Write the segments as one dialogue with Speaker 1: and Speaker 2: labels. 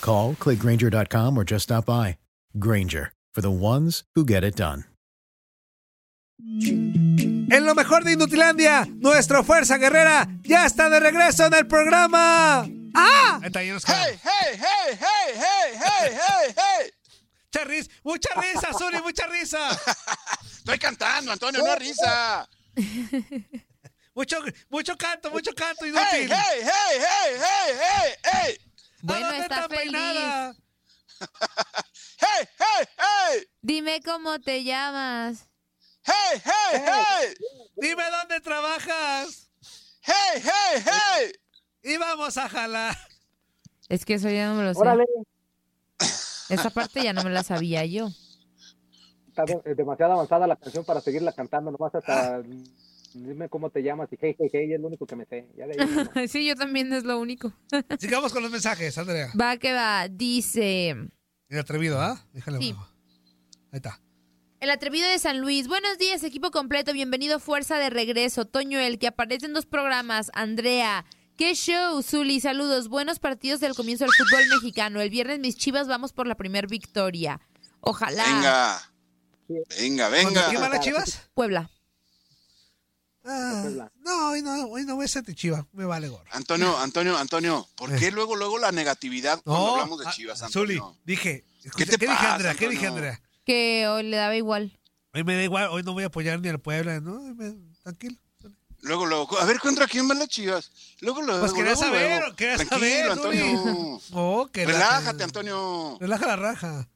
Speaker 1: Call, clickgranger.com, or just stop by. Granger, for the ones who get it done.
Speaker 2: En lo mejor de Inutilandia, nuestra fuerza guerrera ya está de regreso en el programa. ¡Ah!
Speaker 3: ¡Hey, hey, hey, hey, hey, hey, hey, hey!
Speaker 2: Mucha risa, mucha risa, Zuli, mucha risa.
Speaker 3: Estoy cantando, Antonio, no risa.
Speaker 2: Mucho, mucho canto, mucho canto
Speaker 3: ¡Hey, hey,
Speaker 2: inútil.
Speaker 3: hey, hey, hey, hey, hey!
Speaker 4: Bueno,
Speaker 2: Adame
Speaker 4: está
Speaker 2: esta
Speaker 4: feliz.
Speaker 2: peinada.
Speaker 3: ¡Hey, hey, hey!
Speaker 4: Dime cómo te llamas.
Speaker 3: ¡Hey, hey, hey!
Speaker 2: Dime dónde trabajas.
Speaker 3: ¡Hey, hey, hey!
Speaker 2: Y vamos a jalar.
Speaker 4: Es que eso ya no me lo sé. Esa parte ya no me la sabía yo.
Speaker 5: Está de- es demasiado avanzada la canción para seguirla cantando, nomás
Speaker 2: Ah.
Speaker 5: hasta dime cómo te llamas y hey, hey, hey, es lo único que me sé. Ya de ahí no.
Speaker 4: Sí, yo también es lo único.
Speaker 2: Sigamos con los mensajes, Andrea.
Speaker 4: Va que va, dice.
Speaker 2: El atrevido, ¿ah? Déjale
Speaker 4: Sí.
Speaker 2: huevo. Ahí está.
Speaker 4: El atrevido de San Luis. Buenos días, equipo completo. Bienvenido, Fuerza de Regreso. Toño, el que aparece en dos programas. Andrea. ¿Qué show, Zuli? Saludos. Buenos partidos del comienzo del fútbol mexicano. El viernes, mis chivas, vamos por la primer victoria. Ojalá.
Speaker 3: Venga. Venga,
Speaker 2: ¿Contra quién van
Speaker 3: venga.
Speaker 2: las chivas?
Speaker 4: Puebla.
Speaker 2: Ah, no, hoy no, hoy no voy a ser de chivas. Me vale gorro.
Speaker 3: Antonio, Antonio, Antonio, ¿por qué luego, luego la negatividad cuando
Speaker 2: No,
Speaker 3: hablamos de
Speaker 2: ah,
Speaker 3: chivas,
Speaker 2: Zuli,
Speaker 3: Antonio?
Speaker 2: dije. escucha,
Speaker 3: te
Speaker 2: ¿Qué, dije,
Speaker 3: pasa,
Speaker 2: Andrea? ¿Qué
Speaker 3: Antonio?
Speaker 2: dije, Andrea?
Speaker 4: Que hoy le daba igual.
Speaker 2: Hoy me da igual, hoy no voy a apoyar ni al Puebla, ¿no? Hoy me- tranquilo.
Speaker 3: Luego, luego, a ver, ¿contra quién van las chivas? Luego, luego,
Speaker 2: Pues quería
Speaker 3: luego,
Speaker 2: saber,
Speaker 3: luego.
Speaker 2: quería
Speaker 3: Tranquilo,
Speaker 2: saber, Zuli.
Speaker 3: Antonio.
Speaker 2: Oh, que la-
Speaker 3: Relájate, Antonio.
Speaker 2: Relaja la raja.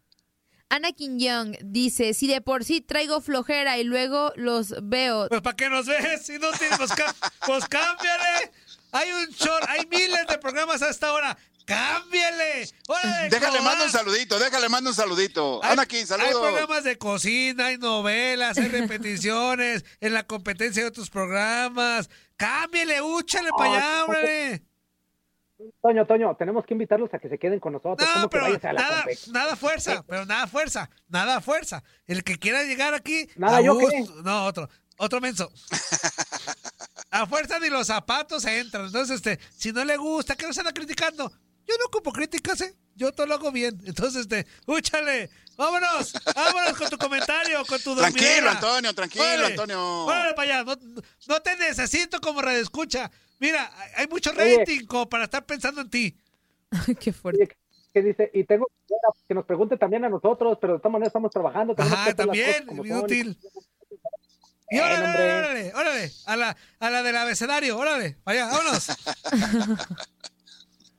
Speaker 4: Anakin Young dice, si de por sí traigo flojera y luego los veo,
Speaker 2: Pues para qué nos ves, inútil, pues, cá- pues cámbiale. Hay un short, hay miles de programas a esta hora. ¡Cámbiale! ¡Órale,
Speaker 3: Déjale,
Speaker 2: cobarde!
Speaker 3: mando un saludito, déjale, mando un saludito.
Speaker 2: Hay-
Speaker 3: Anakin,
Speaker 2: Hay
Speaker 3: saludos.
Speaker 2: programas de cocina, hay novelas, hay repeticiones, en la competencia de otros programas. Cámbiale, úchale para allá, órale.
Speaker 5: Toño, Toño, tenemos que invitarlos a que se queden con nosotros.
Speaker 2: No,
Speaker 5: ¿Cómo que
Speaker 2: pero
Speaker 5: vayas a la ¿Eh?
Speaker 2: nada,
Speaker 5: competencia?
Speaker 2: nada fuerza, pero nada fuerza, nada fuerza. El que quiera llegar aquí,
Speaker 5: Nada,
Speaker 2: a
Speaker 5: ¿yo qué?
Speaker 2: gusto- no, otro, otro menso. a fuerza ni los zapatos entran. Entonces, este, si no le gusta, que nos anda criticando. Yo no ocupo críticas, ¿eh? Yo todo lo hago bien. Entonces, este, úchale, vámonos, vámonos con tu comentario, con tu dormidera.
Speaker 3: Tranquilo, Antonio, tranquilo,
Speaker 2: Órale,
Speaker 3: Antonio.
Speaker 2: órale para allá, no, no te necesito como radioescucha. Mira, hay- hay mucho
Speaker 5: Oye.
Speaker 2: rating como para estar pensando en ti.
Speaker 4: qué fuerte.
Speaker 5: Oye, que dice, y tengo que nos pregunte también a nosotros, pero de todas maneras estamos trabajando. tenemos que
Speaker 2: Ajá,
Speaker 5: hacer las
Speaker 2: Ah, también,
Speaker 5: cosas este, como son.
Speaker 2: inútil. Y
Speaker 5: Bien,
Speaker 2: órale,
Speaker 5: hombre.
Speaker 2: órale, órale, órale, a la, a la del abecedario, órale, vaya, vámonos.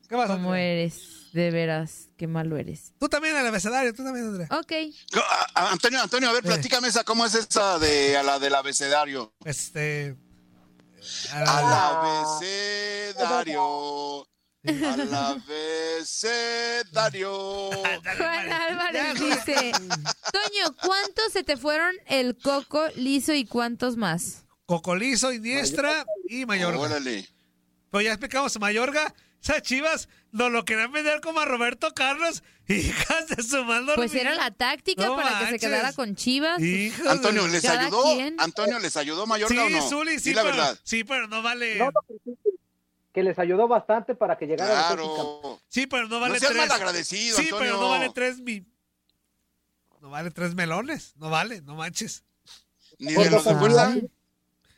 Speaker 2: ¿Qué pasa?
Speaker 4: ¿Cómo eres? De veras, qué malo eres.
Speaker 2: Tú también al abecedario, tú también, Andrea.
Speaker 4: Ok.
Speaker 3: No, a- a- Antonio, Antonio, a ver,
Speaker 2: Eh.
Speaker 3: platícame esa, ¿cómo es esa de a la del abecedario?
Speaker 2: Este. a la-
Speaker 3: Al
Speaker 2: Ah.
Speaker 3: abecedario. Al abecedario.
Speaker 4: Juan Álvarez dice, Toño, ¿cuántos se te fueron el coco liso y cuántos más?
Speaker 2: Cocolizo, Iniestra y Mayorga.
Speaker 3: Órale.
Speaker 2: Pero ya explicamos, Mayorga, esas chivas nos lo querían vender como a Roberto Carlos, hijas de su mal dormir.
Speaker 4: Pues era la táctica
Speaker 2: No
Speaker 4: para que
Speaker 2: manches.
Speaker 4: se quedara con Chivas.
Speaker 2: Hijos de-
Speaker 3: Antonio, ¿les
Speaker 4: Cada
Speaker 3: ayudó?
Speaker 4: quien.
Speaker 3: Antonio, ¿les ayudó Mayorga
Speaker 2: Sí,
Speaker 3: o no?
Speaker 2: Zuli, sí,
Speaker 3: Di la
Speaker 2: pero,
Speaker 3: verdad.
Speaker 2: sí, pero no vale.
Speaker 5: No, no, pero sí que- que les ayudó bastante para que llegaran a ser subcampeones.
Speaker 3: Claro.
Speaker 2: sí, pero no vale
Speaker 3: no seas
Speaker 2: tres.
Speaker 3: malagradecido,
Speaker 2: sí,
Speaker 3: Antonio.
Speaker 2: pero no vale tres mi. No vale tres melones. No vale, no manches.
Speaker 3: Ni de
Speaker 5: Porque
Speaker 3: los de fuerza.
Speaker 5: también-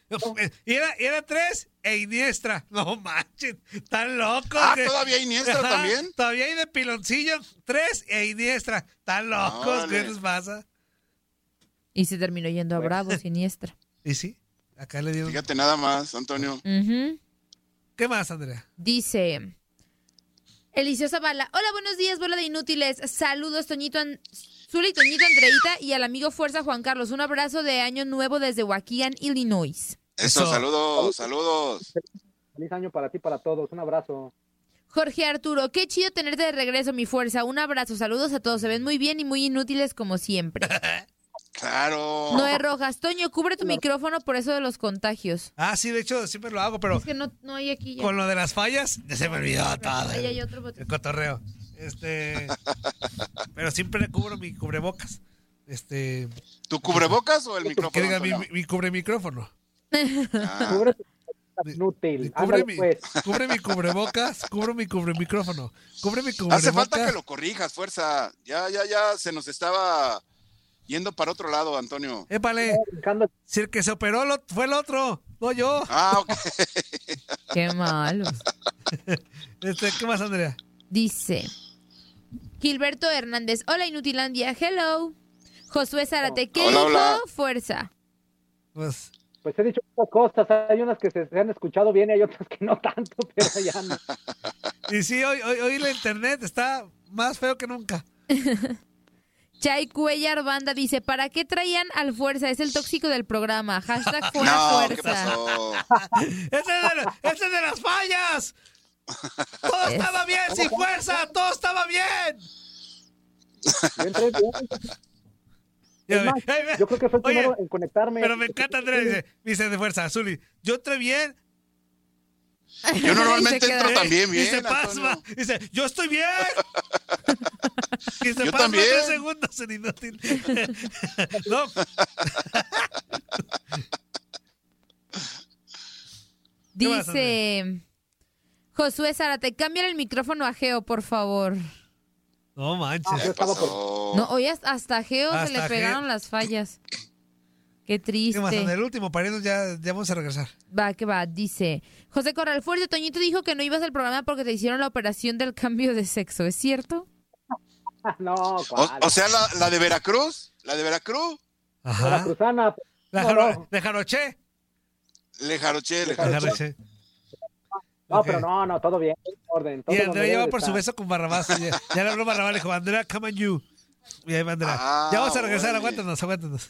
Speaker 2: Y eh, era, era tres e Iniestra. No manches. Tan locos.
Speaker 3: Ah,
Speaker 2: que-
Speaker 3: todavía Iniesta
Speaker 2: Ajá,
Speaker 3: también.
Speaker 2: Todavía hay de piloncillo. Tres e Iniestra. Tan locos.
Speaker 3: Órale.
Speaker 2: ¿Qué les pasa?
Speaker 4: Y se terminó yendo a Bravo, siniestra.
Speaker 2: Y sí, acá le dieron.
Speaker 3: Fíjate nada más, Antonio.
Speaker 4: Ujú.
Speaker 2: ¿Qué más, Andrea?
Speaker 4: Dice Eliseo Zavala. Hola, buenos días, bola de inútiles. Saludos, Toñito An- Zuli, Toñito Andreita y al amigo Fuerza Juan Carlos. Un abrazo de año nuevo desde Waukegan, Illinois.
Speaker 3: Eso,
Speaker 2: Eso.
Speaker 3: saludos, saludos.
Speaker 5: Feliz año para ti, para todos. Un abrazo.
Speaker 4: Jorge Arturo, qué chido tenerte de regreso, mi fuerza. Un abrazo, saludos a todos. Se ven muy bien y muy inútiles como siempre.
Speaker 3: Claro.
Speaker 4: Noé Rojas, Toño, cubre tu micrófono por eso de los contagios.
Speaker 2: Ah, sí, de hecho, siempre lo hago, pero
Speaker 4: Es que no, no hay aquí ya.
Speaker 2: con lo de las fallas, ya se me olvidó todo.
Speaker 4: Ahí hay otro botón.
Speaker 2: El cotorreo. Este. pero siempre cubro mi cubrebocas. Este.
Speaker 3: ¿Tu cubrebocas o el
Speaker 2: Que
Speaker 3: micrófono?
Speaker 2: diga mi, mi,
Speaker 3: Antonio?
Speaker 2: mi cubre micrófono.
Speaker 3: Ah,
Speaker 5: Cubre inútil.
Speaker 2: Cubre
Speaker 5: Ándale,
Speaker 2: mi,
Speaker 5: pues.
Speaker 2: cubre mi cubrebocas, cubro mi cubre micrófono. Cubre mi cubrebocas.
Speaker 3: Hace falta que lo corrijas, fuerza. Ya, ya, ya se nos estaba yendo para otro lado, Antonio.
Speaker 2: Épale,
Speaker 5: Brincando
Speaker 2: si el que se operó lo- fue el otro, no yo.
Speaker 3: Ah, ok.
Speaker 4: Qué malo.
Speaker 2: Este, ¿Qué más, Andrea?
Speaker 4: Dice Gilberto Hernández, hola Inutilandia, hello. Josué Zárate, ¿qué
Speaker 3: Hola,
Speaker 4: dijo?
Speaker 3: hola.
Speaker 4: Fuerza.
Speaker 2: Pues,
Speaker 5: Pues he dicho muchas cosas, hay unas que se, se han escuchado bien y hay otras que no tanto, pero ya no.
Speaker 2: y sí, hoy, hoy, hoy la internet está más feo que nunca.
Speaker 4: Chay Cuellar Banda dice, ¿para qué traían al Fuerza? Es el tóxico del programa. Hashtag fuera
Speaker 3: No, ¿qué
Speaker 4: Fuerza.
Speaker 3: pasó?
Speaker 2: ¡Ese es de, la- ese es de las fallas! Todo estaba bien, sin fuerza, todo estaba bien.
Speaker 5: Yo entré bien.
Speaker 2: Ya
Speaker 5: Es
Speaker 2: ve-
Speaker 5: más,
Speaker 2: ay, ve-
Speaker 5: yo creo que fue el
Speaker 2: oye,
Speaker 5: primero en conectarme.
Speaker 2: Pero me encanta, Andrea, dice, dice de fuerza, Zuli. Yo entré bien.
Speaker 3: Yo
Speaker 4: Y se
Speaker 3: normalmente
Speaker 4: queda-
Speaker 3: entro también
Speaker 2: y se
Speaker 3: bien,
Speaker 2: pasma.
Speaker 3: Antonio.
Speaker 2: Dice, yo estoy bien. y se
Speaker 3: Yo
Speaker 2: pasma
Speaker 3: también.
Speaker 2: tres segundos en inútil. no, ¿Qué más,
Speaker 4: Dice Josué Zárate, cambia el micrófono a Geo, por favor.
Speaker 2: no
Speaker 5: Ah,
Speaker 2: manches.
Speaker 5: yo
Speaker 3: ¿Qué
Speaker 5: estaba por-
Speaker 3: pasó?
Speaker 4: No, hoy hasta- hasta a Geo se
Speaker 2: Hasta
Speaker 4: le
Speaker 2: Geo.
Speaker 4: pegaron las fallas. Qué
Speaker 2: ¿Qué más? En
Speaker 4: triste.
Speaker 2: el último pariendo ya, ya vamos a regresar.
Speaker 4: Va, que va, dice José Corral Fuerte, Toñito dijo que no ibas al programa porque te hicieron la operación del cambio de sexo, ¿es cierto?
Speaker 5: No,
Speaker 3: O,
Speaker 5: ¿cuál?
Speaker 3: o sea, la, la de Veracruz, la de Veracruz,
Speaker 2: Ajá.
Speaker 5: Veracruzana.
Speaker 2: La
Speaker 5: no,
Speaker 2: jaro-
Speaker 5: no.
Speaker 2: de jaroché.
Speaker 3: le jaroché, le
Speaker 2: La
Speaker 3: jaroché.
Speaker 2: jaroché.
Speaker 5: No,
Speaker 2: Ok.
Speaker 5: pero no, no, todo bien, en orden. todo
Speaker 2: Y
Speaker 5: como
Speaker 2: Andrea
Speaker 5: debe
Speaker 2: lleva
Speaker 5: de
Speaker 2: por su
Speaker 5: estar.
Speaker 2: beso con Barrabás. Ya, ya le habló Barrabás, le dijo, Andrea, come on you. Y ahí va Andrea.
Speaker 3: Ah,
Speaker 2: ya vamos a regresar,
Speaker 3: órale.
Speaker 2: aguántanos, aguántanos.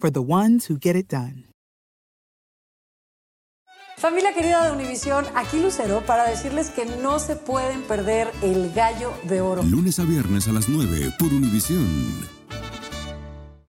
Speaker 5: for the ones who get it done.
Speaker 4: Familia querida de Univisión, aquí Lucero para decirles que no se pueden perder el gallo de oro.
Speaker 6: Lunes a viernes a las 9 por Univisión.